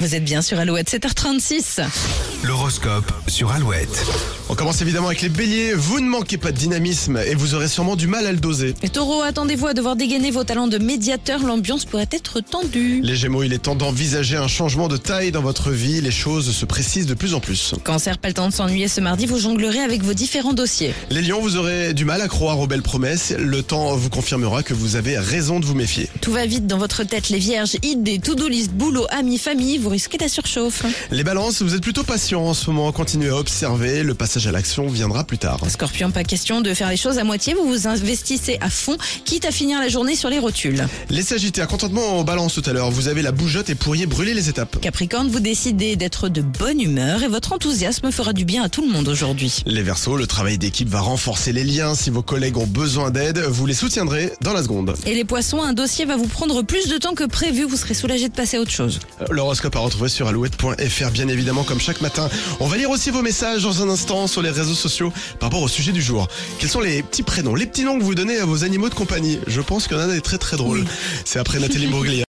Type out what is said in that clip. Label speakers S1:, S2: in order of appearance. S1: Vous êtes bien sur Alouette 7h36.
S2: L'horoscope sur Alouette.
S3: On commence évidemment avec les béliers. Vous ne manquez pas de dynamisme et vous aurez sûrement du mal à le doser.
S1: Les taureaux, attendez-vous à devoir dégainer vos talents de médiateur. L'ambiance pourrait être tendue.
S3: Les gémeaux, il est temps d'envisager un changement de taille dans votre vie. Les choses se précisent de plus en plus.
S1: Cancer, pas le temps de s'ennuyer ce mardi. Vous jonglerez avec vos différents dossiers.
S3: Les lions, vous aurez du mal à croire aux belles promesses. Le temps vous confirmera que vous avez raison de vous méfier.
S1: Tout va vite dans votre tête, les vierges. Idées, to-do list, boulot, amis, famille. Vous risquez la surchauffe.
S3: Les balances, vous êtes plutôt patient en ce moment. Continuez à observer. Le passage à l'action viendra plus tard.
S1: Scorpion, pas question de faire les choses à moitié. Vous vous investissez à fond, quitte à finir la journée sur les rotules.
S3: Les sagittaires, contentement en balance tout à l'heure. Vous avez la bougeotte et pourriez brûler les étapes.
S1: Capricorne, vous décidez d'être de bonne humeur et votre enthousiasme fera du bien à tout le monde aujourd'hui.
S3: Les versos, le travail d'équipe va renforcer les liens. Si vos collègues ont besoin d'aide, vous les soutiendrez dans la seconde.
S1: Et les poissons, un dossier va vous prendre plus de temps que prévu. Vous serez soulagé de passer à autre chose.
S3: Euh, L'horoscope à retrouver sur alouette.fr, bien évidemment, comme chaque matin. On va lire aussi vos messages dans un instant sur les réseaux sociaux par rapport au sujet du jour. Quels sont les petits prénoms, les petits noms que vous donnez à vos animaux de compagnie Je pense qu'il y en a des très très drôles. C'est après Nathalie Bourglier.